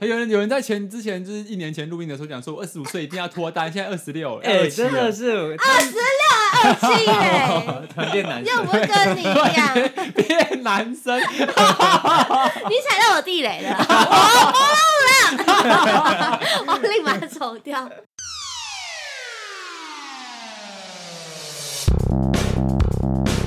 有人有人在前之前就是一年前录音的时候讲说，我二十五岁一定要脱单，现在二十六，哎、 27真的了是二七嘞，很变男又生不。会跟你一样， 变男生，你踩到我地雷了，我不录了，我立马走掉。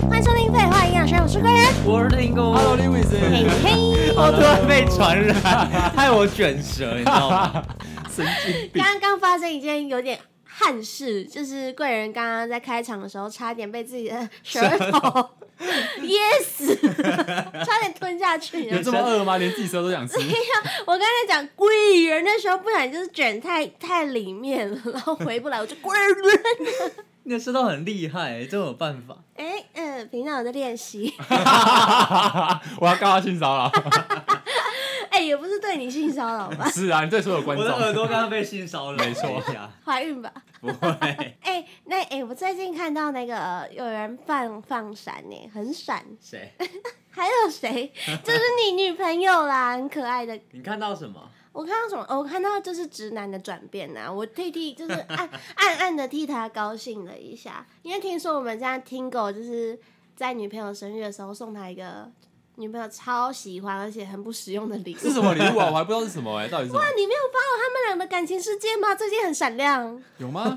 欢迎收听《废话营养学》，我是贵人， 我是林哥， Hello Lewis，嘿嘿。我哦突然被传染， 害我卷舌，你知道吗？神经病，刚刚发生一件有点憾事，就是贵人刚刚在开场的时候，差点被自己的舌头噎死，差点吞下去。有这么饿吗？连自己舌都想吃， 我刚才讲贵人那时候不小心就是卷太太里面了，然后回不来，我就贵人。你的舌头很厉害，这有办法。 哎，嗯、平常有在练习，我要告他性骚扰。 哎、也不是对你性骚扰吧？是啊，你对所有观 我众的，耳朵刚刚被性骚扰，没错，怀孕吧？不会。 哎、那哎、我最近看到那个、呃有人放放闪呢、很闪。谁？还有谁？ 就是你女朋友啦，很可爱的你看到什么？我看到什么？哦我看到就是直男的转变呐、我替替就是暗暗暗的替他高兴了一下，因为听说我们家听狗就是在女朋友生日的时候送他一个女朋友超喜欢而且很不实用的礼物。是什么礼物啊？我还不知道是什么哎，到底是什么？你没有 follow 他们俩的感情世界吗？最近很闪亮。有吗？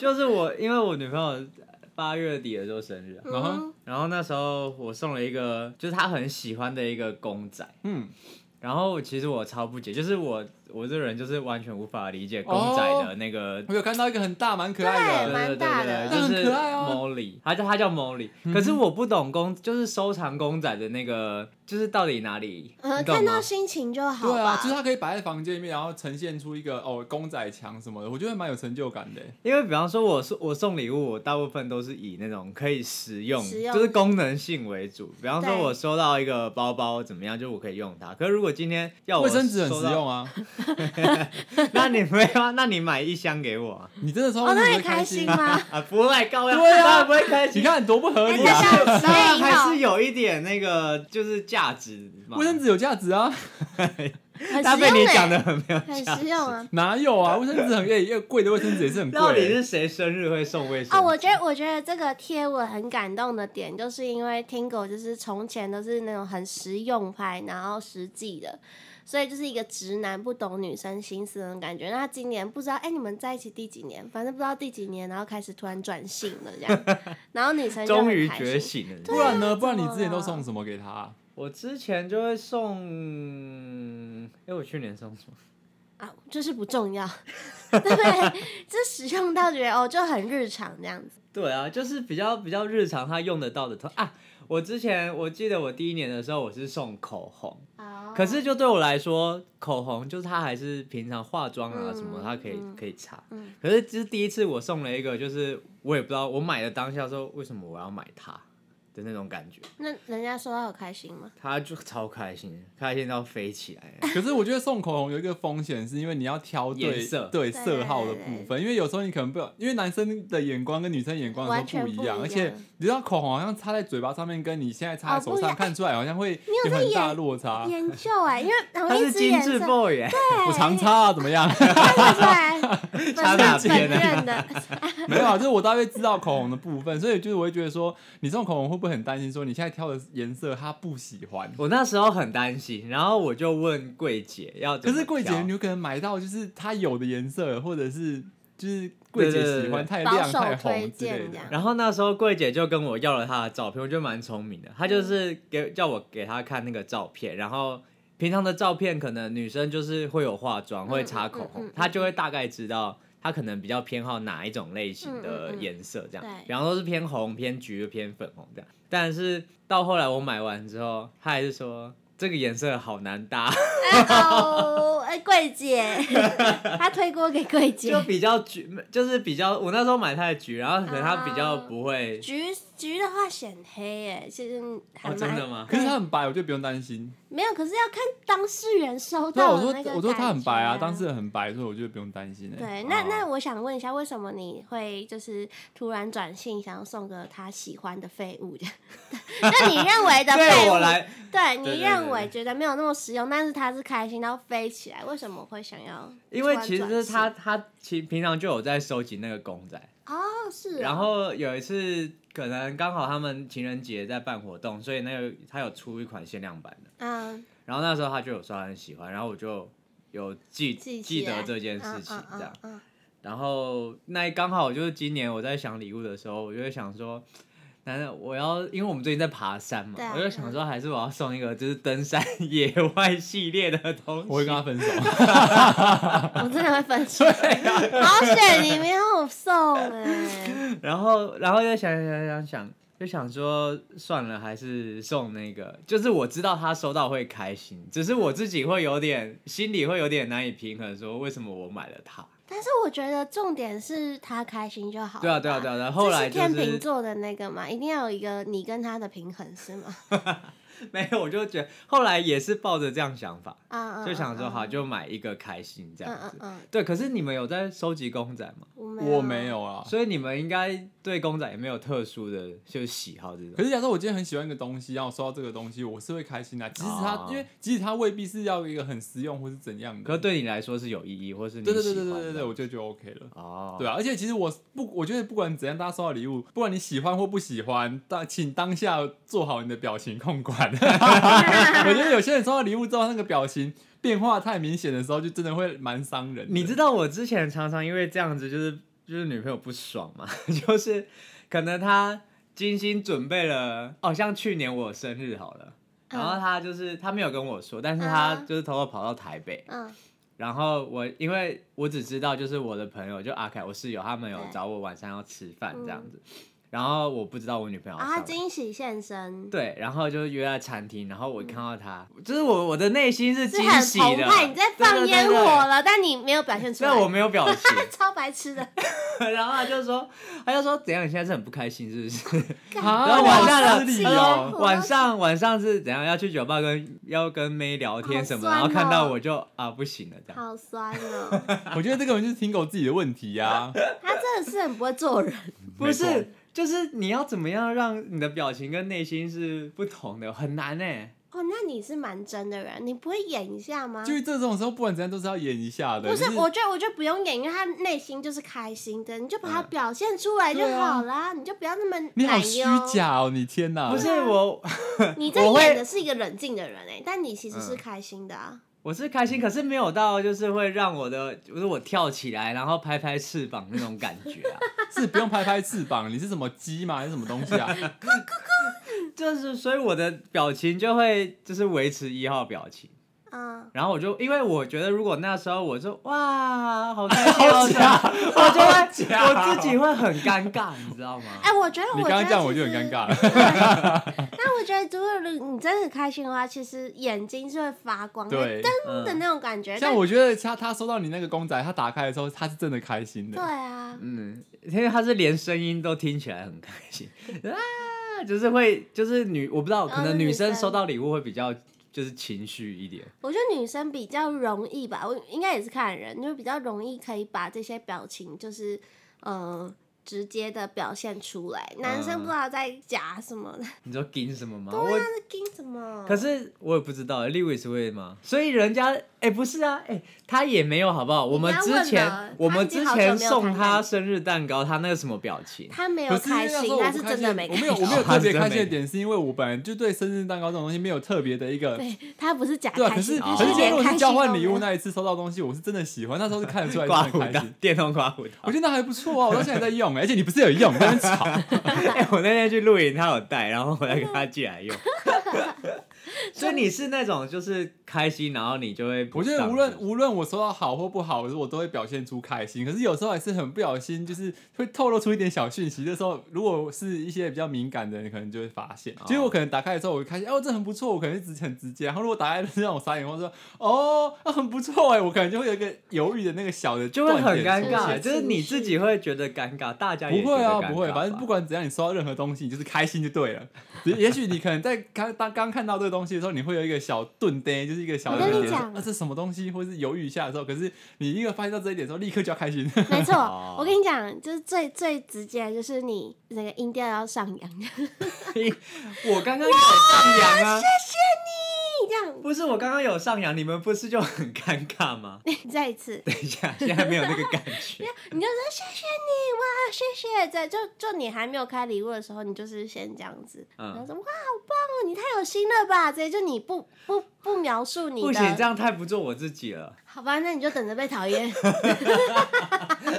就是我，因为我女朋友八月底的时候生日啊、然后嗯，然后那时候我送了一个，就是她很喜欢的一个公仔。嗯，然后其实我超不解，就是我我这人就是完全无法理解公仔的那个我有看到一个很大蛮可爱对的，蛮对对大对的对，就是那很可爱嗯啊 Molly，他叫他叫 Molly，可是我不懂公，就是收藏公仔的那个，就是到底哪里，呃，你懂看吗到？心情就好对吧。啊，就是它可以摆在房间里面，然后呈现出一个哦公仔墙什么的，我觉得蛮有成就感的。因为比方说我送我送礼物，我大部分都是以那种可以实用，实用就是功能性为主。比方说对我收到一个包包怎么样，就我可以用它。可是如果今天哦要我卫生纸很收实到， 用啊，那你没有啊？那你买一箱给我啊？你真的超哦，那你也会开开心啊吗？啊不会，高呀，对啊当然不会 开你 心。看多不合理哎啊！那当然哎好还是有一点那个就是价值嘛。卫生纸有价值 啊？很他实被用你欸哎、讲的很没有很价实值。用啊。哪有啊？卫生纸很贵，越贵的卫生纸也是很到底贵。是谁生日会送卫生纸？哦，我觉得我觉得这个贴我很感动的点，就是因为 Tingo 就是从前都是那种很实用派，然后实际的，所以就是一个直男不懂女生心思的那种感觉。那他今年不知道，哎、你们在一起第几年？反正不知道第几年，然后开始突然转性了这样，然后女生就很终于开觉心。啊醒了。不然呢？不然你怎么之前都了送什么给他啊？我之前就会送，哎、我去年送什么？啊，就是不重要， 对，这使用到觉得哦就很日常这样子。对啊，就是比较比较日常，他用得到的东啊。我之前我记得我第一年的时候，我是送口红，哦可是就对我来说，口红就是它还是平常化妆啊嗯什么，它可以、嗯可以擦。嗯可是就是第一次我送了一个，就是我也不知道我买的当下说为什么我要买它的那种感觉，那人家收到有开心吗？他就超开心，开心到飞起来。可是我觉得送口红有一个风险，是因为你要挑对颜色对对色号的部分，因为有时候你可能不，因为男生的眼光跟女生眼光有时候一完全不一样而且你知道口红好像擦在嘴巴上面，跟你现在擦在手哦不一上样看出来好像会有在很大研落差。研究哎、因为同他一是支精颜致色。 boy 耶，我常擦啊，怎么 样？看出来，插哪本边本啊任的，没有啊，就是我大概知道口红的部分，所以就是我会觉得说，你送口红会不会很担心说你现在挑的颜色他不喜欢？ 我那时候很担心，然后我就问柜姐要怎可么是桂姐，挑你有可能买到就是她有的颜色，或者是就是桂姐对对对喜欢太保亮、守太推红之类荐这的样。。然后那时候柜姐就跟我要了她的照片，我觉得蛮聪明的。她嗯就是给叫我给她看那个照片，然后平常的照片可能女生就是会有化妆，会擦口嗯嗯嗯红，她就会大概知道她可能比较偏好哪一种类型的嗯嗯嗯颜色这样。对比方说是偏红、偏橘、偏粉红这样。但是到后来我买完之后，她还是说这个颜色好难搭。哎哦，哎，桂姐，他推锅给桂姐啊就，比较橘，就是比较我那时候买它的橘，然后可能它比较不会，橘橘的话显黑耶，其实还哦，蛮、真的吗？可是他很白，我就不用担心。没有，可是要看当事人收对啊，到我的那个、说我说他很白啊，当事人。人很白，所以我就不用担心、欸。对，那哦那我想问一下，为什么你会就是突然转性，想要送个他喜欢的废物 这样？那你认为的废对物我，来，对你对对认为对觉得没有那么实用，但是他是开心到飞起来，为什么会想要因为其实他他其平常就有在收集那个公仔，哦是哦，然后有一次可能刚好他们情人节在办活动，所以那个他有出一款限量版的，嗯然后那时候他就有说他很喜欢，然后我就有记记记起来得这件事情这样，，嗯嗯嗯嗯然后那刚好我就是今年我在想礼物的时候，我就会想说。难道我要？因为我们最近在爬山嘛，对啊我就想说，还是我要送一个就是登山野外系列的东西。我会跟他分手。啊我真的会 分手。啊好险你没有送哎！然后，然后又想想想想，就想说算了，还是送那个。就是我知道他收到会开心，只是我自己会有点心里会有点难以平衡，说为什么我买了它？但是我觉得重点是他开心就好。对啊，对啊，对。啊。然后后来就这是天是秤座的那个嘛，一定要有一个你跟他的平衡是吗？没有，我就觉得后来也是抱着这样想法，啊，嗯就想说嗯好就买一个开心这嗯样嗯子。嗯，对，可是你们有在收集公仔吗？我没有，我没，有啊。所以你们应该对公仔也没有特殊的就是喜好这可种。是假设我今天很喜欢一个东西，然后我收到这个东西，我是会开心的、啊即使它、哦因为即使它未必是要一个很实用或是怎样的，可是对你来说是有意义，或是你对对对喜对对欢对的对，我觉得就 OK 了。哦，对啊，而且其实我不，我觉得不管怎样，大家收到礼物，不管你喜欢或不喜欢，当请当下做好你的表情控管。 我觉得有些人收到礼物之后，那个表情变化太明显的时候，就真的会蛮伤人的。你知道我之前常常因为这样子，就是就是女朋友不爽嘛， 就是可能她精心准备了，哦，像去年我生日好了，然后她就是她没有跟我说，但是她嗯就是偷偷跑到台北，嗯然后我因为我只知道就是我的朋友就阿凯我室友他们有对嗯找我晚上要吃饭这样子，然后我不知道我女朋友要啊，他上班惊喜现身，对，然后就约在餐厅，然后我看到她，就是我我的内心是嗯是惊很喜澎的，湃，你在放对烟火，了，但你没有表对对现对出来，但我没有表情。 超白痴的，然后他就说，他就说怎样？你现在是很不开心是不 是？啊，然后晚上好了，失他礼说哦，晚上晚上是怎样？要去酒吧跟要跟妹聊天什么？好酸然哦后看到我就啊不行了这样。好酸哦。我觉得这个人就是听狗自己的问题 呀、啊。他真的是很不会做人，不没错是，就是你要怎么样让你的表情跟内心是不同的，很难呢、 欸哦，那你是蛮真的人，你不会演一下吗？就是这种时候，不管怎样都是要演一下的。不是就，我觉得我觉得不用演，因为他内心就是开心的，你就把它嗯表现出来就对啊好啦，你就不要那么你好奶虚油。假哦，你天哪！不是我， 你在我会演的是一个冷静的人哎、但你其实嗯是开心的啊。我是开心，可是没有到就是会让我的，就是我跳起来，然后拍拍翅膀那种感觉 啊。是不用拍拍翅膀，你是什么鸡吗？还是什么东西 啊？就是所以我的表情就会就是维持一号表情。嗯，然后我就因为我觉得，如果那时候我说哇，好开心哦，这样 我就会假哦我自己会很尴尬，你知道吗？哎、我觉得我你刚刚这样我就很尴尬了。那我觉得，如果你你真的开心的话，其实眼睛是会发光，对会灯的嗯那种感觉。像但我觉得他他收到你那个公仔，他打开的时候，他是真的开心对的。啊，嗯，因为他是连声音都听起来很开心啊，就是会就是女我不知道，可能女生收到礼物会比较就是情绪一点，我觉得女生比较容易吧，我应该也是看人，就是比较容易可以把这些表情就是呃直接的表现出来。男生不知道在夹什么，他你知道盯什么吗？我在盯什么。可是我也不知道，Lewis 会吗？所以人家哎、不是啊，哎、他也没有好不好？我们你之刚问了前我他们已经之好久前没有送谈他恋生日蛋糕，他那个什么表 情？他没有可是开那时心，候我他不是开真心的没开我心。没有我没有哦他特是别真开没心的点，是因为我本来就对生日蛋糕这种东西没有特别的一个。对他不是假对啊，开可心，是哦他可是连如果开是心交都换没礼有物那一次收到东西，我是真的喜欢，那时候是看得出来 刮真胡的很开刀心。，电动刮胡刀。我觉得那还不错啊，我到现在在 用，而且你不是有用，在那边吵。 哎、我那天去露营，他有带，然后我再给他借来用。所以你是那种就是开心，然后你就会我不觉上，得无论无论我收到好或不好，我都会表现出开心。可是有时候还是很不小心，就是会透露出一点小讯息。这时候如果是一些比较敏感的人，你可能就会发现。哦其实我可能打开的时候，我就开心，哦，这很不错，我可能是直很直接。然后如果打开的是让我傻眼，或者说哦，啊很不错哎，我可能就会有一个犹豫的那个小的就会断很点尴出尬，现就是你自己会觉得尴尬，大家也不会觉啊，得尴不会，尬反正不管怎样，你收到任何东西，你就是开心就对了。也也许你可能在刚当刚看到这个东西的时候，你会有一个小顿呆，就是一个小我的跟你点说讲啊，这什么东西，或是犹豫一下的时候，可是你一个发现到这一点的时候，立刻就要开心。 没错哦，我跟你讲，就是最最直接的就是你那个音调要上扬， 我刚刚有上扬啊，这样。不是我刚刚有上扬，你们不是就很尴尬吗？你哎再一次，等一下，现在没有那个感 觉。你就说谢谢你哇，谢谢。在就就你还没有开礼物的时候，你就是先这样子，嗯然后说哇，好棒哦，你太有心了吧？这就你不不不描述你的，不行，这样太不做我自己了，好吧？那你就等着被讨厌。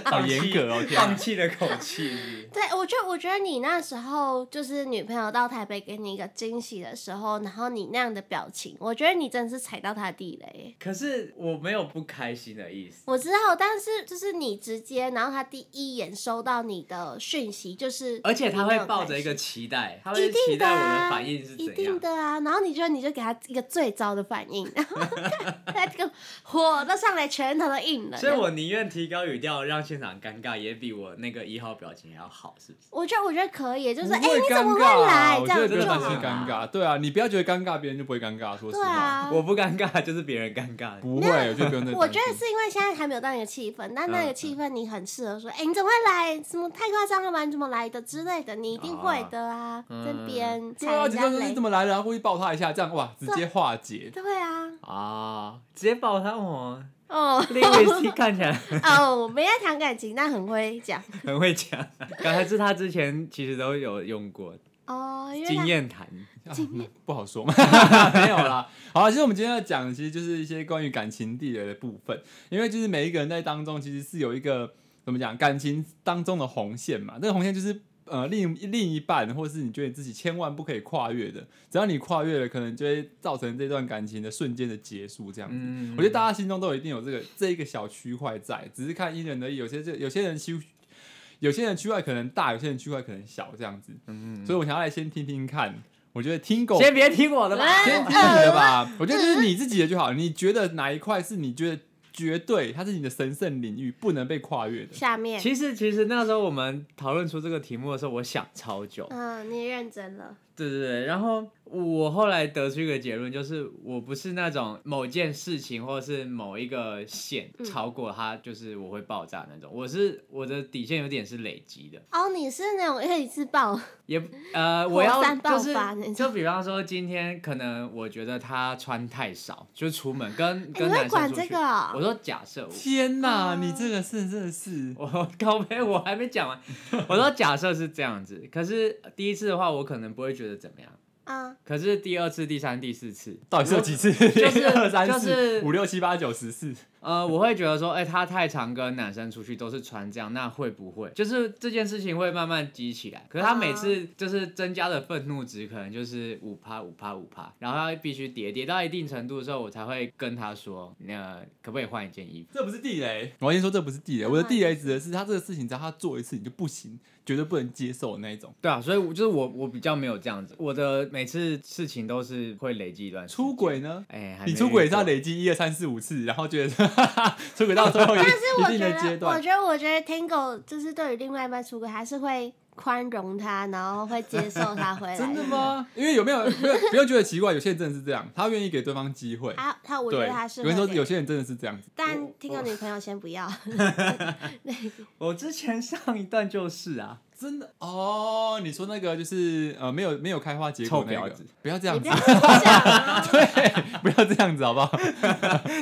好严格哦，天啊放弃的口气。对，我觉得我觉得你那时候就是女朋友到台北给你一个惊喜的时候，然后你那样的表情，我觉得你真的是踩到她的地雷耶。可是我没有不开心的意思。我知道，但是就是你直接，然后他第一眼收到你的讯息，就是而且他你没会有抱着一开个心期待，他一会期定的待我的啊、反应是一怎定样。的啊，然后你就你就给他一个最糟的反应，然后 他这个火都上来，拳头都硬 了。所以我宁愿提高语调，让现场尴尬，也比我那个一号表情还要好，是不是？我觉得我觉得可以，就是不哎、会你尴怎么尬会啊来？我这觉得不样子用就担好心了。尴尬，对啊，你不要觉得尴尬，别人就不会尴尬。说实对话，啊，我不尴尬，就是别人尴尬。不会，我觉得不用再担心。我觉得是因为现在还没有到那个气氛，但那个气氛你很适合说，哎、你怎么会来？什么太夸张了吧？你怎么来的之类的，你一定会的啊。嗯这边对踩啊，人你家说你雷怎，么来了，然后故意抱他一下，这样哇，直接化解。对啊。啊，直接抱他我，哦 l i s 看起来哦，我没在谈感情，但很会讲很会讲。刚才是他之前其实都有用过哦，因为经他验谈，啊嗯 不好说嘛，没有啦。好啦，其实我们今天要讲，的其实就是一些关于感情地雷的部分，因为就是每一个人在当中其实是有一个怎么讲，感情当中的红线嘛，那个红线就是。呃，另另一半，或是你觉得自己千万不可以跨越的，只要你跨越了，可能就会造成这段感情的瞬间的结束，这样子。嗯我觉得大家心中都有一定有这个这一个小区块在，只是看因人而异。有些这有些人区，有些人区块可能大，有些人区块可能小，这样子。嗯，所以我想要来先听听看，我觉得听狗先别听我的吧。先听你的吧，我觉得就是你自己的就好。你觉得哪一块是你觉得绝对它是你的神圣领域，不能被跨越的？下面，其实其实那时候我们讨论出这个题目的时候，我想超久。嗯，你认真了，对对对，然后我后来得出一个结论，就是我不是那种某件事情或者是某一个线嗯超过它，就是我会爆炸那种。我是我的底线有点是累积的，哦，你是那种一次爆， 也呃，火我要山就爆是发那种就比方说今天可能我觉得他穿太少，就出门跟哎你跟男会生管出去这个哦我说假设我天哪，啊你这个是真的是我高飞，我还没讲完。我说假设是这样子，可是第一次的话，我可能不会觉得怎么样。啊，可是第二次、第三、第四次，到底是有几次？就 是一二三就是四五六七八九十四，呃，我会觉得说，哎、他太常跟男生出去都是穿这样，那会不会就是这件事情会慢慢积起来？可是他每次就是增加的愤怒值可能就是五趴、五趴、五趴，然后他必须叠叠到一定程度的时候，我才会跟他说，那、可不可以换一件衣服？这不是地雷。我先说这不是地雷，我的嗯地雷指的是他这个事情，只要他做一次你就不行，绝对不能接受的那一种。对啊，所以我就是我，我比较没有这样子，我的每次事情都是会累积一段时间出轨。呢？哎、还你没出轨遇是过要累积一二三四五次，然后觉得 出轨到最后一但是我一定觉的阶得，我段，觉得，我觉得 Tango 就是对于另外一半出轨，还是会宽容他，然后会接受他回来，真的？ 吗？因为有没有没有不用觉得奇怪，有些人真的是这样，他愿意给对方机会。他他，啊我觉对得他，是有人会说有给，些人真的是这样子。但 Tango 女朋友先不要，我之前上一段就是啊， 真的哦，你说那个就是呃没有没有开花结果臭那婊个子，不要这你样不子要，这样讲啊 不要这样子好不好？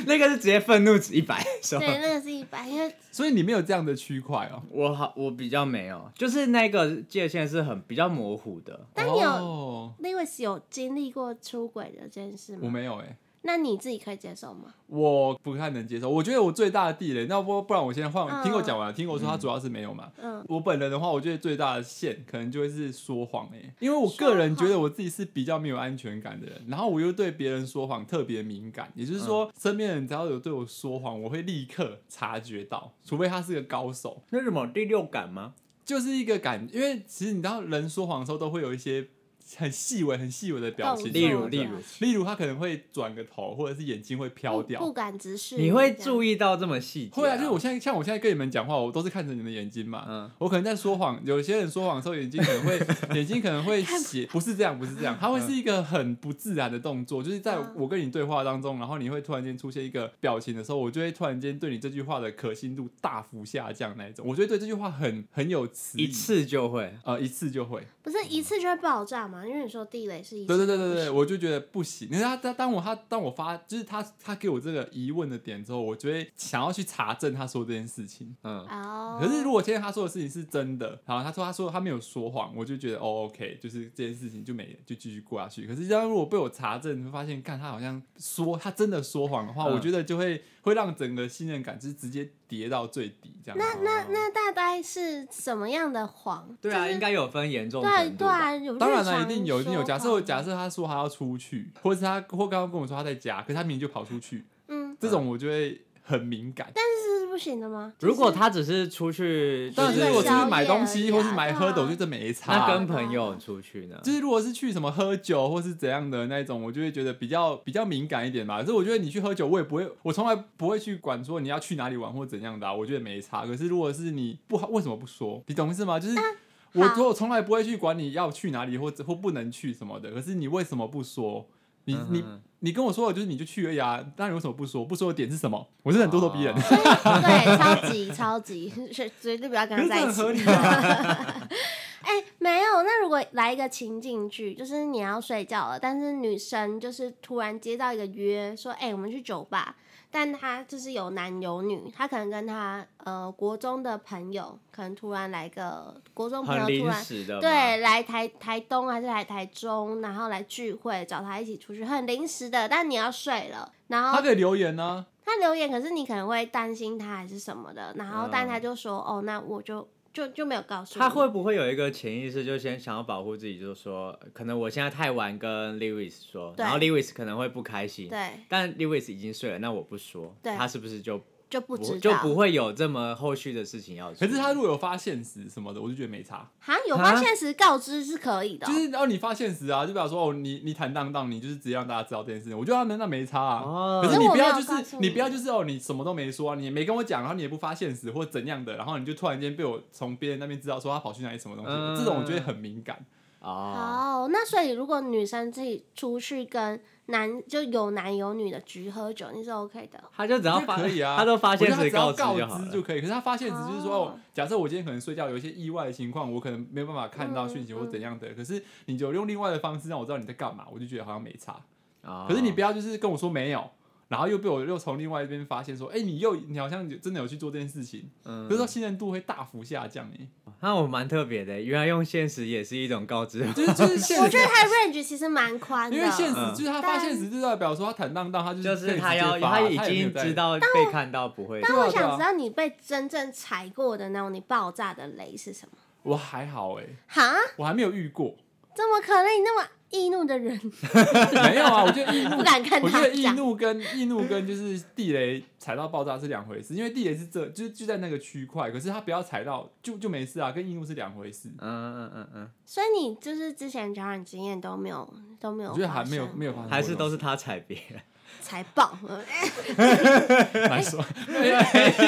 那个是直接愤怒值一百，是吧？对，那个是一般，因为所以你没有这样的区块哦。我好，我比较没有，就是那个界限是很比较模糊的。但你有哦 Lewis 有经历过出轨的这件事吗？我没有哎、那你自己可以接受吗？我不太能接受，我觉得我最大的地雷，那不不然我先换嗯听我讲完，听我说他主要是没有嘛。嗯，我本人的话，我觉得最大的线可能就会是说谎哎、因为我个人觉得我自己是比较没有安全感的人，然后我又对别人说谎特别敏感，也就是嗯说，身边人只要有对我说谎，我会立刻察觉到，除非他是个高手，那是什么第六感吗？就是一个感，因为其实你知道，人说谎的时候都会有一些很细微、很细微的表动情，作例如的例如例如他可能会转个头，或者是眼睛会飘不啊掉，不敢直视，你会意注意到这么细节、会啊，就是我现在像我现在跟你们讲话，我都是看着你们眼睛嘛。嗯我可能在说谎，有些人说谎的时候，眼睛可能 会眼睛可能会斜，不嗯是这样，不是这样，它会是一个很不自然的动作，就是在嗯我跟你对话当中，然后你会突然间出现一个表情的时候，我就会突然间对你这句话的可信度大幅下降那一种，我就会对这句话很很有词一义。次就会。呃，一次就会，不是一次就会爆炸嘛？因为你说地雷是一次，对对对对对，，我就觉得不行。你看他他当我他当我发，就是他他给我这个疑问的点之后，我就会想要去查证他说这件事情。嗯，哦，可是如果今天他说的事情是真的，然后他说他说他没有说谎，我就觉得哦 OK，就是这件事情就没就继续过下去。可是这样如果被我查证，会发现看他好像说他真的说谎的话，嗯我觉得就会会让整个信任感就是直接跌到最底这样子。那那那大概是什么样的谎？对啊，就是应该有分严重对程度对吧。啊，有当然了，了，一定有一定有。假设我假设，设他说他要出去，或是他或刚刚跟我说他在家，可是他明明就跑出去，嗯，这种我就会很敏感。但是是不行的吗？如果他只是出去，但就是吃如个果出去宵买夜东而西已或啊是买对喝的，啊我觉得这没差。那跟朋友出去呢，就是如果是去什么喝酒或是怎样的那一种，我就会觉得比较比较敏感一点吧。可是我觉得你去喝酒，我也不会，我从来不会去管说你要去哪里玩或怎样的、啊，我觉得没差。可是如果是你不好，为什么不说？你懂意思吗？就是。我好我从来不会去管你要去哪里或者或不能去什么的，可是你为什么不说？你嗯你哼你跟我说的就是你就去而已啊，那你为什么不说？不说的点是什么？我是很咄咄逼人，哦 对，超级超级， 是绝对不要跟可是这他在一很合起。理啊。 哎、没有。那如果来一个情境剧，就是你要睡觉了，但是女生就是突然接到一个约，说：“哎、我们去酒吧。”但她就是有男有女，她可能跟她呃国中的朋友，可能突然来个国中朋很友突临然时的嘛，对，来台台东还是来台中，然后来聚会，找他一起出去，很临时的，但你要睡了，然他后可以留言啊呢、他留言，可是你可能会担心他还是什么的，然后嗯但他就说，哦，那我就就就没有告诉你他会不会有一个潜意识，就先想要保护自己，就是说，可能我现在太晚跟 Lewis 说，对然后 Lewis 可能会不开心，对，但 Lewis 已经睡了，那我不说，对他是不是就就不不知道，会就不会有这么后续的事情要做？可是他如果有发现实什么的，我就觉得没差。哈有发哈现时告知是可以的哦、就是然后你发现实啊，就表示说哦，你你坦荡荡，你就是直接让大家知道这件事情。我觉得他们那没差啊。哦可是你不要就可是我没有告是诉你你不要就是哦，你什么都没说啊，你也没跟我讲，然后你也不发现实或怎样的，然后你就突然间被我从别人那边知道说他跑去哪里什么东西，嗯这种我觉得很敏感。哦，哦，那所以如果女生自己出去跟男就有男有女的局喝酒，你是 OK 的。他就只要就发可以啊，他都发现我觉得是他只要知就好告知了就。可以。可是他发现实就是说，哦哦，假设我今天可能睡觉有一些意外的情况，我可能没有办法看到讯息嗯或怎样的。可是你就用另外的方式让我知道你在干嘛，我就觉得好像没差。哦可是你不要就是跟我说没有，然后又被我又从另外一边发现说，哎、你又你好像真的有去做这件事情，嗯可是说信任度会大幅下降哎、那我蛮特别的，原来用现实也是一种告知。 就是 就是现我实觉，得他的 range 其实蛮宽的，因为现实嗯就是他发现实，就代表说他坦荡荡，他就就是可以是直他接要，发他已也没有经在知道被看到不会。但对啊我对啊想知道你被真正踩过的那种你爆炸的雷是什么？我还好哎、哈，我还没有遇过，怎么可能？你那么易怒的人，没有啊，我觉得易怒 不敢看我觉他得易讲。怒跟易怒跟就是地雷踩到爆炸是两回事，因为地雷是这就是就在那个区块，可是他不要踩到就就没事啊，跟易怒是两回事。嗯嗯嗯嗯所以你就是之前交往经验都没有都没有我发觉生，得还没有没有发生嗯，过，还是都是他踩别人。才爆。呃哎来说，没有，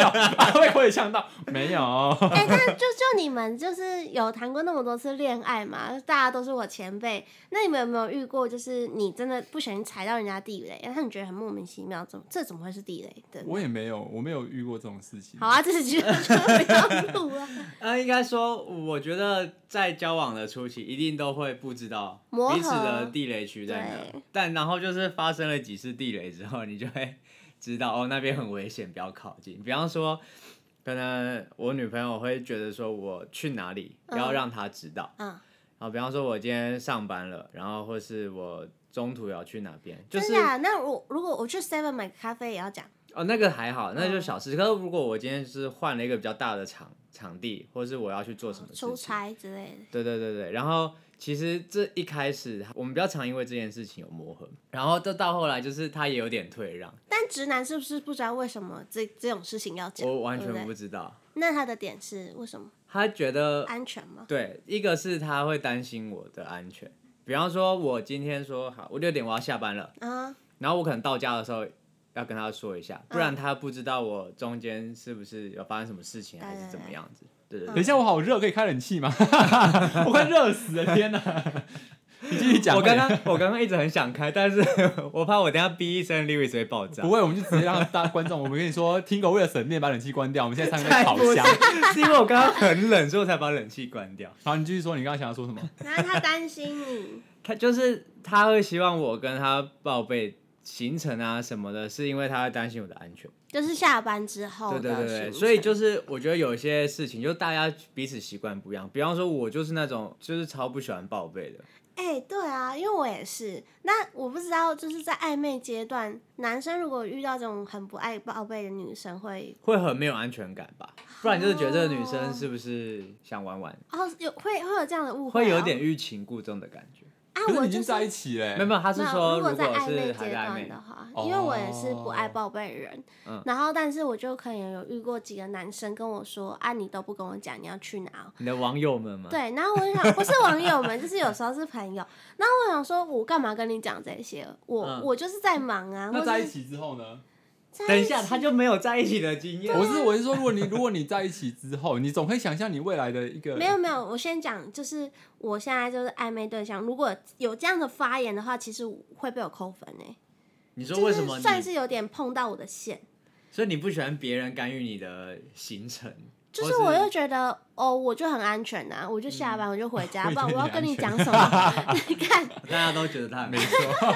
啊被我也呛到，没有。哎、那就就你们就是有谈过那么多次恋爱嘛，大家都是我前辈。那你们有没有遇过，就是你真的不小心踩到人家地雷，哎然后你觉得很莫名其妙，怎么这怎么会是地雷的？我也没有，我没有遇过这种事情。好啊，这是就 就不要录了，呃，应该说，我觉得在交往的初期，一定都会不知道磨合彼此的地雷区在哪对。但然后就是发生了几次地雷之后，你就会 知道哦，那边很危险，不要靠近。比方说，可能我女朋友会觉得说我去哪里，不要嗯让她知道。嗯然后比方说，我今天上班了，然后或是我中途要去哪边，就真是的啊、那我如果我去 Seven 买咖啡也要讲，哦，那个还好，那就是嗯小事。可是如果我今天就是换了一个比较大的场场地，或是我要去做什么事出情，差之类的。对对对对，然后其实这一开始我们比较常因为这件事情有磨合，然后这到后来就是他也有点退让，但直男是不是不知道为什么这这种事情要讲？我完对全不对知道，那他的点是为什么？他觉得安全吗？对，一个是他会担心我的安全，比方说我今天说好我六点我要下班了，啊，然后我可能到家的时候。要跟他说一下，不然他不知道我中间是不是有发生什么事情，还是怎么样子。对嗯对对等一下，我好热，可以开冷气吗？ 我快热死了，天哪！你继续讲，我快刚点刚我刚刚一直很想开，但是 我怕我等一下逼一声 Louis 会爆 炸不。会，我们就直接让大家观众，我们跟你说，听狗为了省电把冷气关掉，我们现在三个在太烤不箱。 是，是因为我刚刚很冷，所以我才把冷气关掉。好，你继续说，你刚刚想要说什么？然后他担心你，他就是他会希望我跟他报备行程啊什么的，是因为他会担心我的安全。就是下班之后对的对对对，行所以程就是我觉得有些事情，就大家彼此习惯不一样。比方说，我就是那种就是超不喜欢报备的，哎、对啊，因为我也是。那我不知道，就是在暧昧阶段，男生如果遇到这种很不爱报备的女生会，会很没有安全感吧？不然就是觉得这个女生是不是想玩玩，哦，有会会有这样的误会、会有点欲擒故纵的感觉。啊，可是我你已就经是在一起嘞、没有，没有，他是没有说如果在暧昧是阶还在暧段昧的，话，因为我也是不爱报备的人。哦嗯然后，但是我就可能有遇过几个男生跟我说啊，你都不跟我讲你要去哪哦、你的网友们吗？对，然后我就想，不是网友们，就是有时候是朋友。然后我想说，我干嘛跟你讲这些？我、嗯我就是在忙啊。那或在是一起之后呢？在等一一下，起他就没有在一起的经验。啊我是我是说，如果你如果你在一起之后，你总可以想象你未来的一个没有没有，我先讲，就是我现在就是暧昧对象，如果有这样的发言的话，其实会被我扣分诶、你说就为什么是你？算是有点碰到我的线。所以你不喜欢别人干预你的行 程？就是或嗯我又觉得哦，我就很安全呐、我就下班我就回 家，不然我要跟你讲什么？你看大家都觉得他很没错。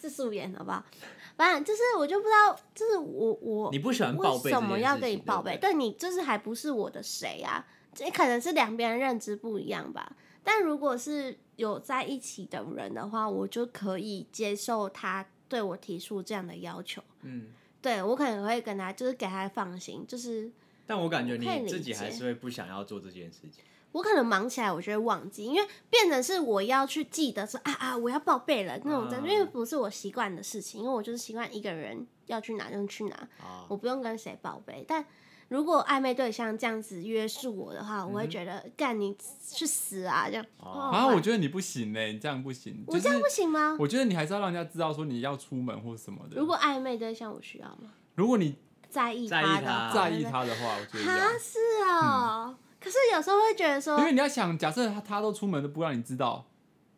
是素颜好不好？反正就是我就不知道，就是我我你不喜欢报为备，什么要跟你报备？对对你就是还不是我的谁啊？这可能是两边的认知不一样吧。但如果是有在一起的人的话，我就可以接受他对我提出这样的要求。不对嗯。对我可能会跟他，就是给他放心，就是但我感觉我可以你理自己还解是会不想要做这件事情。我可能忙起来，我就会忘记，因为变成是我要去记得说啊啊，我要报备了那种感觉，嗯因为不是我习惯的事情，因为我就是习惯一个人要去哪就去哪，啊、我不用跟谁报备。但如果暧昧对象这样子约束我的话，嗯我会觉得干、你去死啊这样。哦啊，我得觉得你不行嘞、你这样不行。我这样就不是行啊吗？我觉得你还是要让人家知道说你要出门或什么的。如果暧昧对象我需要吗？如果你在意在意他的他话在意，他的话，我觉得对不对要嗯啊是哦、可是有时候会觉得说因，为你要想，假设他他都出门都不让你知道，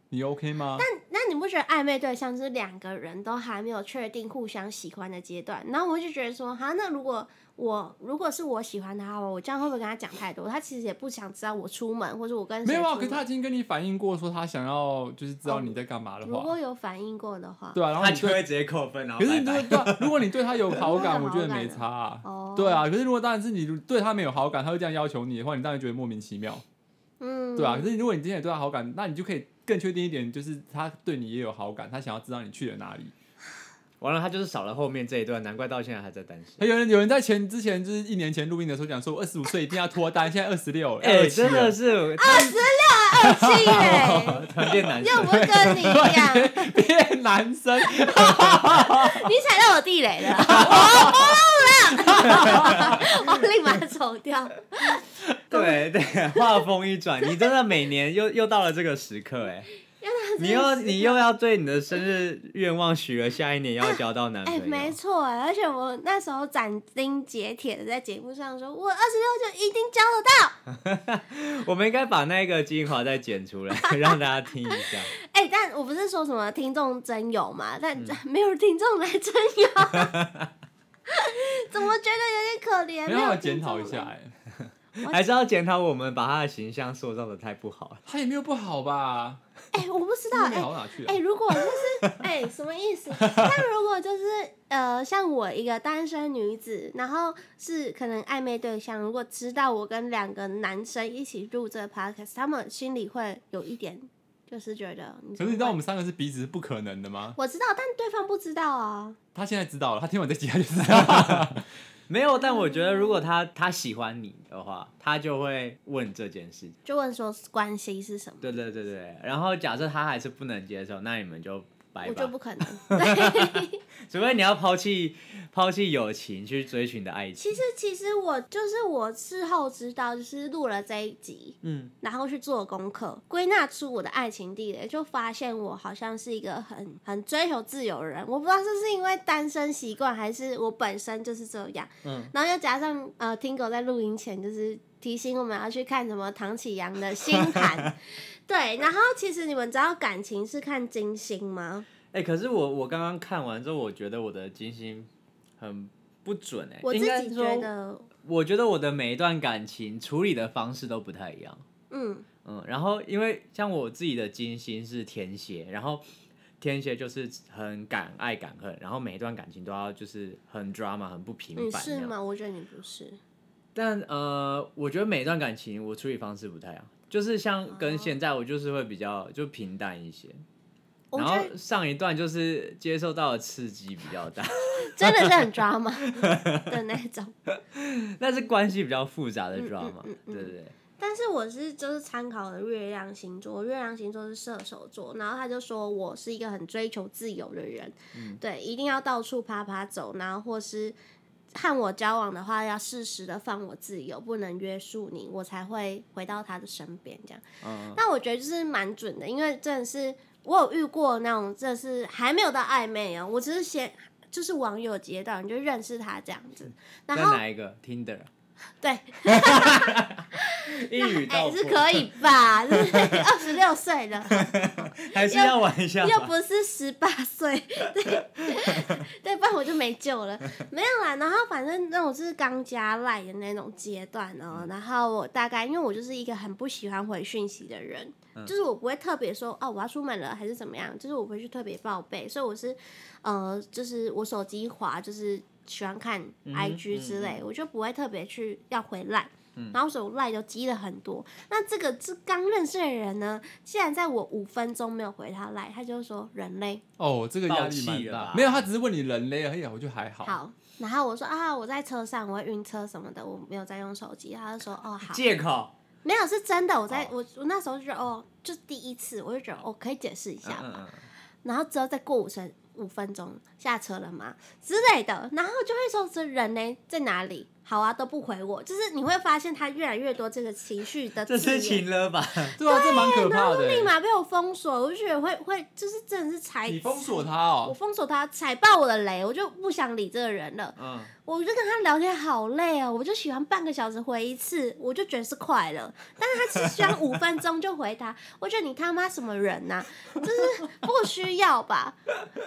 你 OK 吗？那你不觉得暧昧对象就是两个人都还没有确定互相喜欢的阶段？然后我就觉得说，哈，那如果我如果是我喜欢他，我这样会不会跟他讲太多？他其实也不想知道我出门或者我跟谁没有啊，出可是门他已经跟你反映过说他想要就是知道你在干嘛的如话，果有反应过的话，对啊，然后他你就对，会直接扣分，然后可是你拜对拜对啊，如果你对他有好感，如我果有觉好感得没差、啊。哦，对，啊，可是如果当然是你对他没有好感，他会这样要求你的话，你当然觉得莫名其妙，嗯， 对啊。可是如果你今天也对他好感，那你就可以更确定一点，就是他对你也有好感，他想要知道你去了哪里。完了，他就是少了后面这一段，难怪到现在还在单身。还有人有人在前之前就是一年前录音的时候讲说，我二十五岁一定要脱单，现在二十六，哎、 27真了的是二十二七嘞，团练男欸又生不，是跟你一 样，变男生，你踩到我地雷了，我不录了，我立马走掉。对对，话锋一转，你真的每年又又到了这个时刻、哎，你又你又要对你的生日愿望许了下一年要交到男朋哎、友，没错哎，而且我那时候斩钉截铁的在节目上说，我二十六就一定交得到。 我们应该把那个精华再剪出来， 让大家听一 下。哎、但我不是说什么听众真有嘛，但、嗯 没有听众来真有， 怎么觉得有点可怜？没没有有要听检众讨一来下、哎，还是要检讨我们把他的形象塑造的太不好了。他也没有不好吧？哎、我不知道他哎没。好到哪去啊哎、？如果就是哎、什么意思？但如果就是呃，像我一个单身女子，然后是可能暧昧对象，如果知道我跟两个男生一起录这个 podcast，他们心里会有一点就是觉得你可怎是么你知道会我们三个是彼此是不可能的吗？我知道，但对方不知道啊。他现在知道了，他听完这集他就知道 了。没有，但我觉得如果他他喜欢你的话，他就会问这件事情。就问说关系是什么，对对对对，然后假设他还是不能接受，那你们就拜我就拜不。可能。 对，除非你要抛弃抛弃友情去追寻你的爱情。其实其实我就是我事后知道，就是录了这一集，嗯，然后去做功课，归纳出我的爱情地雷，就发现我好像是一个很很追求自由的人。我不知道这是因为单身习惯，还是我本身就是这样。嗯，然后又加上呃，听狗在录音前就是提醒我们要去看什么唐启阳的星 盘，对。然后其实你们知道感情是看金星吗？哎、可是我我刚刚看完之后，我觉得我的金星很不准哎、我自应该己觉说，得，我觉得我的每一段感情处理的方式都不太一样。嗯，嗯，然后因为像我自己的金星是天蝎，然后天蝎就是很敢爱敢恨，然后每一段感情都要就是很 drama 很不平你凡。是？吗？我觉得你不是。但呃，我觉得每一段感情我处理方式不太一样，就是哦像跟现在我就是会比较就平淡一些。我然觉得后上一段就是接受到的刺激比较大， 真的是很抓马的那种，那是关系比较复杂的嗯嗯 drama，、嗯嗯对对对，但是我是就是参考了月亮星座，月亮星座是射手座，然后他就说我是一个很追求自由的人，嗯对，一定要到处啪啪走，然后或是和我交往的话，要适时的放我自由，不能约束你，我才会回到他的身边这样。嗯，但我觉得就是蛮准的，因为真的是我有遇过那种，真的是还没有到暧昧哦，我只是先就是网友接到，你就认识他这样子，嗯那然后哪一个 Tinder？啊对。一语哎、道破，是可以吧？ 二十六岁了，还是要玩一下又吧？不是十八岁，对对，不然我就没救了。没有啦，然后反正那种就是刚加赖的那种阶段嗯哦、然后我大概因为我就是一个很不喜欢回讯息的人，嗯就是我不会特别说哦我要出门了还是怎么样，就是我不会去特别报备，所以我是呃就是我手机滑就是喜欢看嗯嗯 IG 之类，我就不会特别去要回赖。然后所以我赖就积了很多，那这个是刚认识的人呢，竟然在我五分钟没有回他赖，他就说人类哦，这个压爆力气蛮了吧大。没有，他只是问你人类而已，我觉得还好。好，然后我说啊我在车上，我会晕车什么的，我没有在用手机，他就说哦好，借口，没有是真的，我在、哦我我那时候就觉得哦，就第一次我就觉得我、哦、可以解释一下嗯吧，嗯嗯，然后之后再过五分五分钟下车了吗之类的，然后就会说这人呢在哪里？好啊，都不回我，就是你会发现他越来越多这个情绪的这字是眼情了吧？对啊，这蛮可然怕后就的立欸。马被我封锁，我就觉得会会就是真的是踩你封锁他哦我，封锁他，踩爆我的雷，我就不想理这个人了。嗯，我就跟他聊天好累哦，我就喜欢半个小时回一次，我就觉得是快乐。但是他只喜欢五分钟就回他，我觉得你他妈什么人呐、就是不需要吧？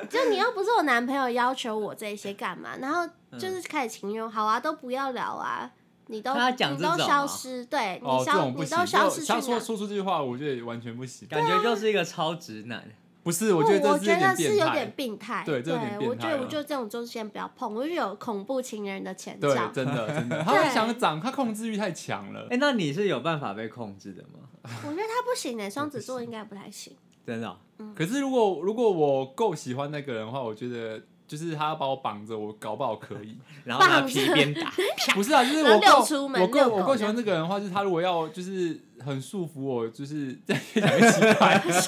就你又不是我男朋友，要求我这些干嘛？然后嗯就是开始情用，好啊，都不要聊啊，你都他讲你这都种消哦失，对你哦，这消、种不你行。都消就失去他说哪？说出这句话，我觉得也完全不行。感觉就是一个超直男，不是，我觉对，得哦我这有觉点得是变有态点。病态，对这有点变我觉态得我了觉得这种就先不要碰，我就有恐怖情人的前对兆，。真的真 的，他会想长，他控制欲太强了哎、。那你是有办法被控制的吗？我觉得他不行诶，欸双子座应该不 太行。真的哦、可是如果如果我够喜欢那个人的话，我觉得就是他把我绑着，我搞不好可 以。然后拿棒子皮鞭 打，不是啊，就是然后我够遛出门我遛够狗我够喜这欢样这个人的话，就是他如果要就是很束缚我，就是 在啊，他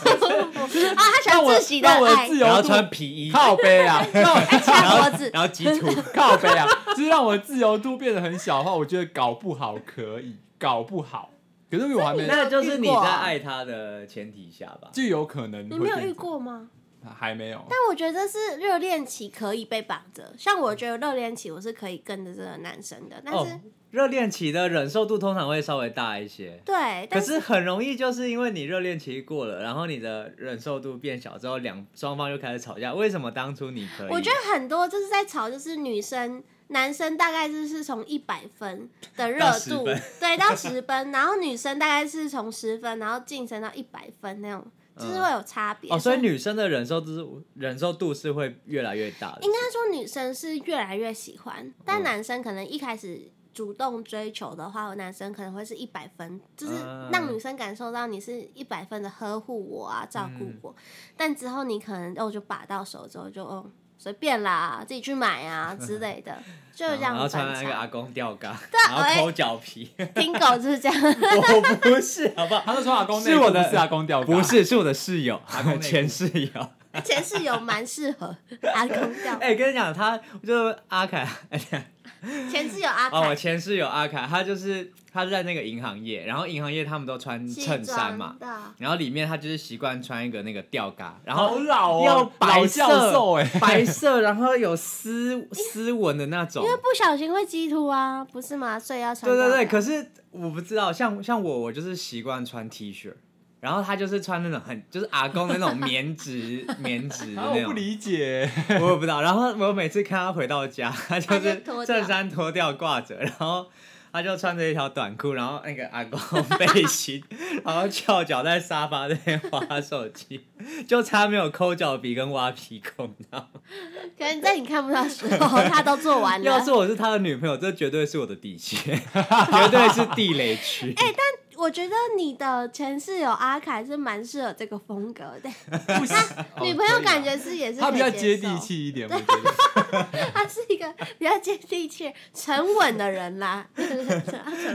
喜让欢我自己的让我的爱，自然后由穿度皮衣，靠背啊，让我掐 脖子。然后截 图，靠背啊， 就是让我的自由度变得很小的话，我觉得搞不好可以，搞不好。可是我还没，那就是你在爱他的前提下吧。就有可能你没有会变遇过吗？成，还没有。但我觉得是热恋期可以被绑着，像我觉得热恋期我是可以跟着这个男生的，但是、哦，热恋期的忍受度通常会稍微大一些，对，可但是很容易就是因为你热恋期过了，然后你的忍受度变小之后，两双方就开始吵架。为什么当初你可以？我觉得很多就是在吵，就是女生。男生大概就是从一百分的热到10度分，对，到十分，然后女生大概是从十分，然后晋升到一百分 那种，就是会有差别。哦，所以女生的忍受度忍受度是会越来越大的。嗯应该说女生是越来越喜欢，但男生可能一开始主动追求的话，男生可能会是一百分，就是嗯让女生感受到你是一百分的呵护我啊，照顾嗯我。但之后你可能哦就把到手之后就哦随便啦，自己去买 啊之类的，就是然这样后子穿反那个阿差。公吊嘎，啊然哎后抠脚皮，听狗就是这样， 我不是，好不好？他是说阿公内是裤我的不是阿公吊嘎，不是，是我的室友公内，裤 前室友。前室友蛮适合阿公调，哎、跟你讲，他就是阿凯，哎、等一 下前室友阿哦，我凯前室友阿凯，他就是他是在那个银行业，然后银行业他们都穿西衬衫嘛装，的，然后里面他就是习惯穿一个那个吊嘎，然好后老哦，要白老色教授哎、白色，然后有丝丝纹的那种因。为不小心会激突啊，不是吗？所以要穿对对吊对，带可是我不知道，像像我，我就是习惯穿 T 恤，然后他就是穿那种很就是阿公的那种棉质棉质的啊，那我不，种理 解，我也不知道。然后我每次看他回到家，他就他就是脱掉衬衫脱掉挂着，然后他就穿着一条短裤，然后那个阿公 背心，然后翘脚在沙发那边划手机，就差没有抠脚皮跟挖鼻孔，你知道吗可能在你看不到的时 候，他都做完了要。是我是他的女朋友，这绝对是我的底线，绝对是地雷区。哎、我觉得你的前室友阿凯是蛮适合这个风格的，不行，女朋友感哦觉是也可以是啦他比可较以接受地，气一点，我觉得。他是一个比较接地气、沉稳的人啦。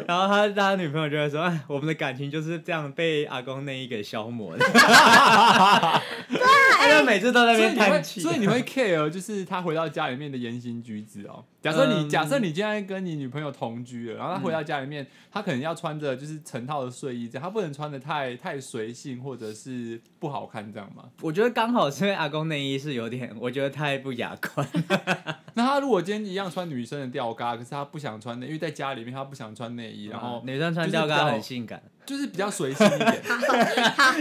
然后他他女朋友就会说：“哎，我们的感情就是这样被阿公内衣给消磨的。”啊 他哎就每次都在那所以边你会，叹气。所以你会 care 就是他回到家里面的言行举止哦。假设你、嗯假设你现在跟你女朋友同居了，然后他回到家里面，他可能要穿着就是成套的睡衣，这样他不能穿的太太随性或者是不好看这样嘛。我觉得刚好是因为阿公内衣是有点，我觉得太不雅观。 那他如果今天一样穿女生的吊嘎，可是他不想穿内，因为在家里面他不想穿内衣，然后女生穿哦就是吊比嘎较很性感。就是比较随性一点。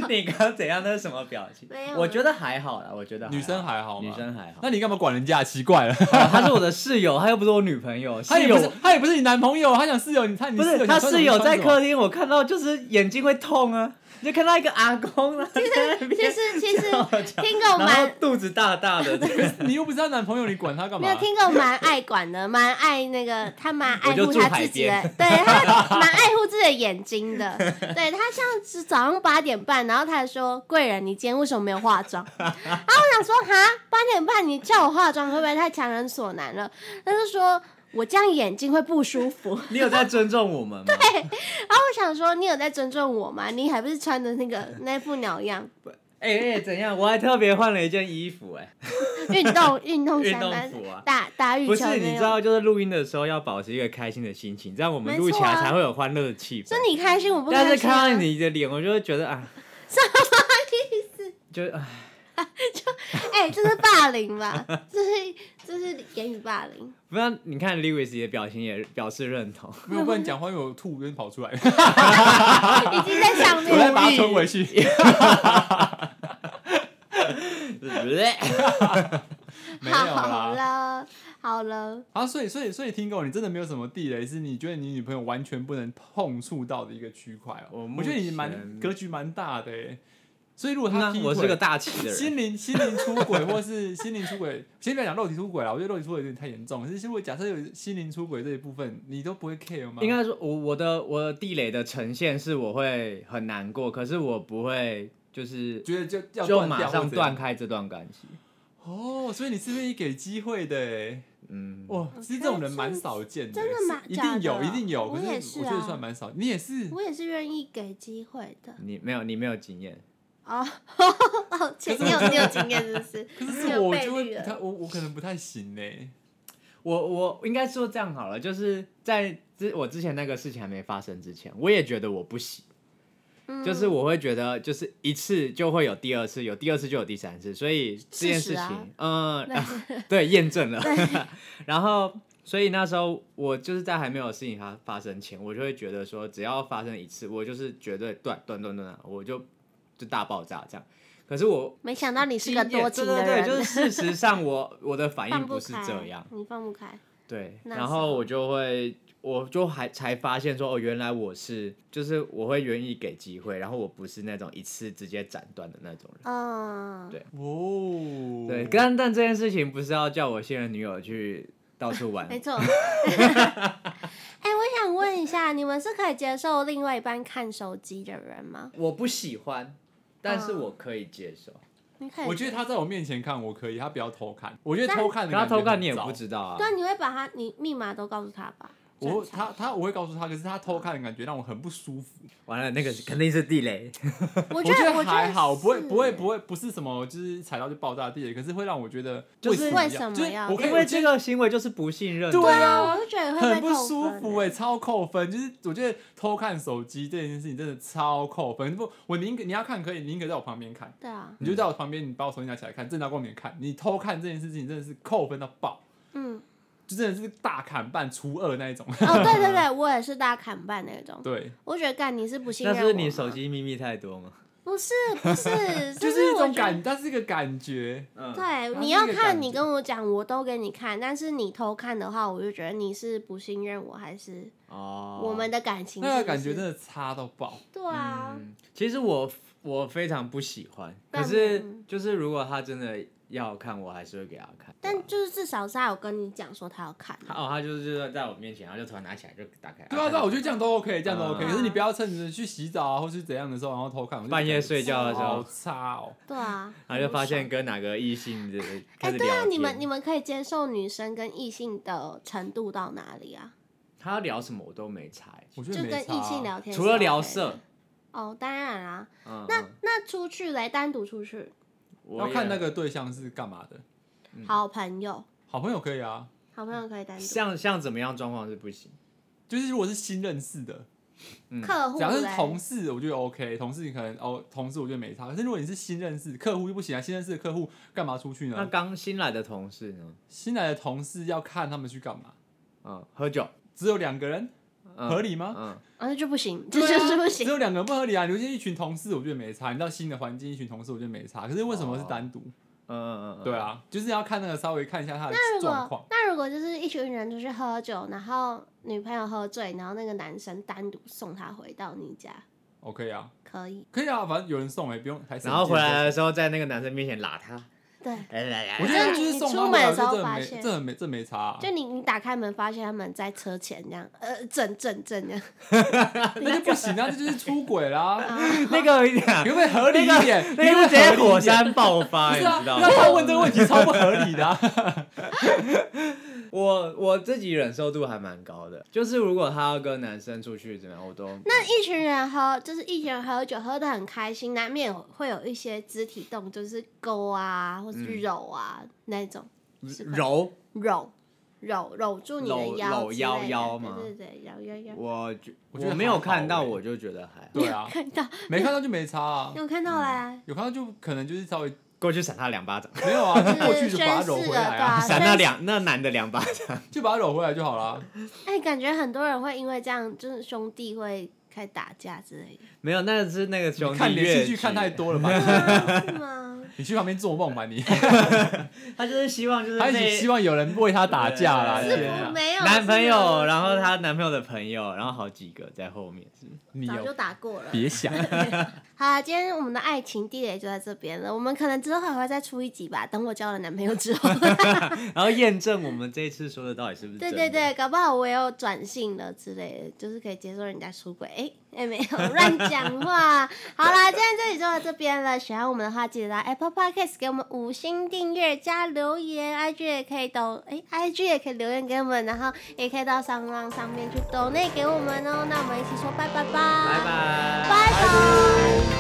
你刚刚怎样？那是什么表情没？有啊我觉得还好啦，我觉得还好女生还好吗？女生还好。 那你干嘛管人家？奇怪了， 哦她是我的室友，她又不是我女朋友。他室也不是友他也不是你男朋友，他想室友，你看你不室是友想穿他什么室友穿在什么客厅，我看到就是眼睛会痛啊，你就看到一个阿公啊，在那其边实 其实翘脚听狗然后蛮肚子大大 的，你又不是她男朋友，你管他干嘛？没有听狗蛮爱管的， 蛮爱那个他蛮爱我就护住他海自己的边，对他蛮爱护自己的眼睛 的。对他像是早上八点半，然后他还说：“贵人，你今天为什么没有化妆？” 想说哈，八点半你叫我化妆会不会太强人所难了？他就说我这样眼睛会不舒服。 你有在尊重我们吗？然后我想说，你有在尊重我吗？你还不是穿的 那个那副鸟样，哎哎、怎样？我还特别换了一件衣服哎、运动运动运衫动吗服啊打打羽不球是，你那知种。道，就是录音的时候要保持一个开心的心情，这样我们没录起错来啊才会有欢乐的气氛是。你开心，我不但开是心、看啊到。你的脸，我就会觉得 啊，什么意思？就哎哎、这是霸凌 吧？这是这是言语霸凌。不知道你看 Lewis 也表情也表示认 同，没有不能讲话，因为我吐边跑出来，已经在上 我再面把了。它吞回去。没有好啦。了好了，啊，所以所以所以，听狗，你真的没有什么地雷，是你觉得你女朋友完全不能碰触到的一个区块我哦。目我觉得你前蛮格局蛮大的欸，所以如果他那劈腿，我是个大气的人，心灵心灵出轨，或是心灵出轨，先不要讲肉体出轨啦，我觉得肉体出轨有点太严重。可是如果假设有心灵出轨这一部分，你都不会 care 吗？应该说我我的我的地雷的呈现是我会很难过，可是我不会就是觉得就要就断马掉或上怎样断开这段感情。哦，所以你是愿意给机会的欸。嗯，哇，其实这种人蛮少见的，欸真的吗是一假定的有，一定有，我可是也是我啊觉得算蛮少。你也是，我也是愿意给机会的。你没有你没有经验，哦， 抱歉，你有你有经验是不是？可你是有我倍就会率不了。太，我我可能不太行欸嘞。我我应该说这样好了，就是在之我之前那个事情还没发生之前，我也觉得我不行，嗯就是我会觉得就是一次就会有第二次，有第二次就有第三次，所以这件事事实啊情，嗯、 对，验证了。 然后，所以那时候我就是在还没有事情发发生前，我就会觉得说，只要发生一次，我就是绝对断断断断，我就就大爆炸这样。可是我没想到你是经个验，多对情的对人，对，就是事实上我我的反应放不不是开，这样，你放不开，对，那然时后候我就会，我就还才发现说，哦，原来我是，就是我会愿意给机会，然后我不是那种一次直接斩断的那种人。嗯，对哦，对，但但这件啊 事情不是要叫我现任女友去到处玩， 没错。哎、下，你们是可以接受另外一半看手机的人吗？我不喜欢，但是我可以接受。你可以，我觉得他在我面前看我可以，他不要偷看。我觉得但偷看可的他感觉偷看很你也糟不知道啊对。啊，你会把他你密码都告诉他吧？我正常他他我会告诉他，可是他偷看的感觉让我很不舒服。完了，那个肯定是地雷。我 我觉得我觉还好，不会不会会。不会不是什么就是踩到就爆炸的地雷，可是会让我觉得就是为为什么就要是我可以因为我觉这得个行为就是不信任。对啊我就觉得会被 很不扣舒分服欸哎、超扣分。就是我觉得偷看手机这件事情真的超扣分。不，我宁可你要看可以，宁可在我旁边看，对啊，你就在我旁边，你把我手机拿起来看，正到后面看。你偷看这件事情真的是扣分到爆，嗯，就真的是大砍半除二那一种。 哦，对对对，我也是大砍半那种。对，我觉得干你是不信那任是我你吗手？机秘密太多吗？不是 不是，就是一我种觉得感，它是一个感觉。嗯，对，它你是要一个看感你觉跟我讲，我都给你看。但是你偷看的话，我就觉得你是不信任我，还是哦，我们的感情那是个不感觉是真的差到爆，对啊，嗯，其实我我非常不喜欢，可但是嗯就是如果他真的要看，我还是会给他看。对但吧就是至少是他有跟你讲说他要看啊。他哦，他就是就是在我面前，然后就突然拿起来就打开。对啊，看对啊，我觉得这样都 OK，这样都 OK、嗯可是你不要趁着去洗澡啊，或是怎样的时候，然后偷看。我就半夜觉得睡觉的时候好差哦。对啊，然后就很发不现爽。跟哪个异性的哎、开始聊对天。啊，你们你们可以接受女生跟异性的程度到哪里啊？他要聊什么我都没猜，我觉就得没跟差啊异性聊天是 OK 的，除了聊色，哦，当然啊，嗯，那嗯那出去嘞，单独出去，我要也看那个对象是干嘛的。嗯好朋友，好朋友可以啊，好朋友可以单独。像像怎么样状况是不行。就是如果是新认识的，嗯客户只要是嘞啊同事，我觉得 OK。同事你可能哦，同事我觉得没差。可是如果你是新认识，客户就不行啊。新认识的客户干嘛出去那呢？刚新来的同事呢？新来的同事要看他们去干嘛。嗯，喝酒只有两个人合理理吗？嗯，啊，那就不行，这对啊就是 不只行。有两个人不合理啊！留下一群同事，我觉得没差。你到新的环境，一群同事我觉得没差。可是为什么是单独？嗯嗯嗯，对，啊，就是要看那个稍微看一下他的那如状果况。那如果就是一群人出去喝酒，然后女朋友喝醉，然后那个男生单独送她回到你家， OK 啊，可以？可以啊，反正有人送哎、不用还省然后劲回来哎的时候在那个男生面前拉他，对，啊来来来我觉 来，得就就是是你送出他门回来的时候这发没现这很没这没差、啊，就你你打开门发现他们在车前这样，呃，正正正这样，那就不行啊，这就是出轨嗯啦。那个有一 点啊你，可不可以合理一点？ 那个你可不可以是直合理一点接哎火山爆发， 不你是啊，知道吗那？他问这个问题超不合理的、啊。我我自己忍受度还蛮高的，就是如果他要跟男生出去怎么样，我都那一群人喝，就是一群人喝酒，喝得很开心，难免会有一些肢体动作，就是勾啊，或是嗯揉啊、那种是吧揉，揉揉揉住你的揉腰揉之腰类的腰吗对对对，摇腰腰。我觉我觉得没有还好看到，欸我就觉得还好对啊，看到没看到就没差啊，有嗯看到啦，有看到就可能就是稍微过去闪他两巴掌，没有 啊，就过就是去就把宣它誓揉了，回对来啊，啊，闪那宣两那男的两巴掌， 就把它揉回来就好啦。哎、感觉很多人会因为这样，就是兄弟会开始打架之类的，没有，那是那个兄弟看连越续剧剧看太多了吧？啊是 吗？你去旁边做梦吧 你，他就是希望就是他一被起希望有人为他打架啦。对对对天啊我没有男朋是没友，有然后她男朋友的朋友，然后好几个在后面，是你早就有打过了。别想，好啊，今天我们的爱情地雷就在这边了，我们可能之后还会再出一集吧。等我交了男朋友之后， 然后验证我们这一次说的到底是不是对真的对对，搞不好我有转性了之类的，就是可以接受人家出轨。哎、哎、没有 乱讲话。好啦，今天这里就到这边了。喜欢我们的话，记得到 Apple Podcast 给我们五星订阅加留言，IG 也可以抖，哎、i g 也可以留言给我们，然后也可以到商浪上面去抖内给我们哦。那我们一起说拜拜吧，拜拜，拜拜。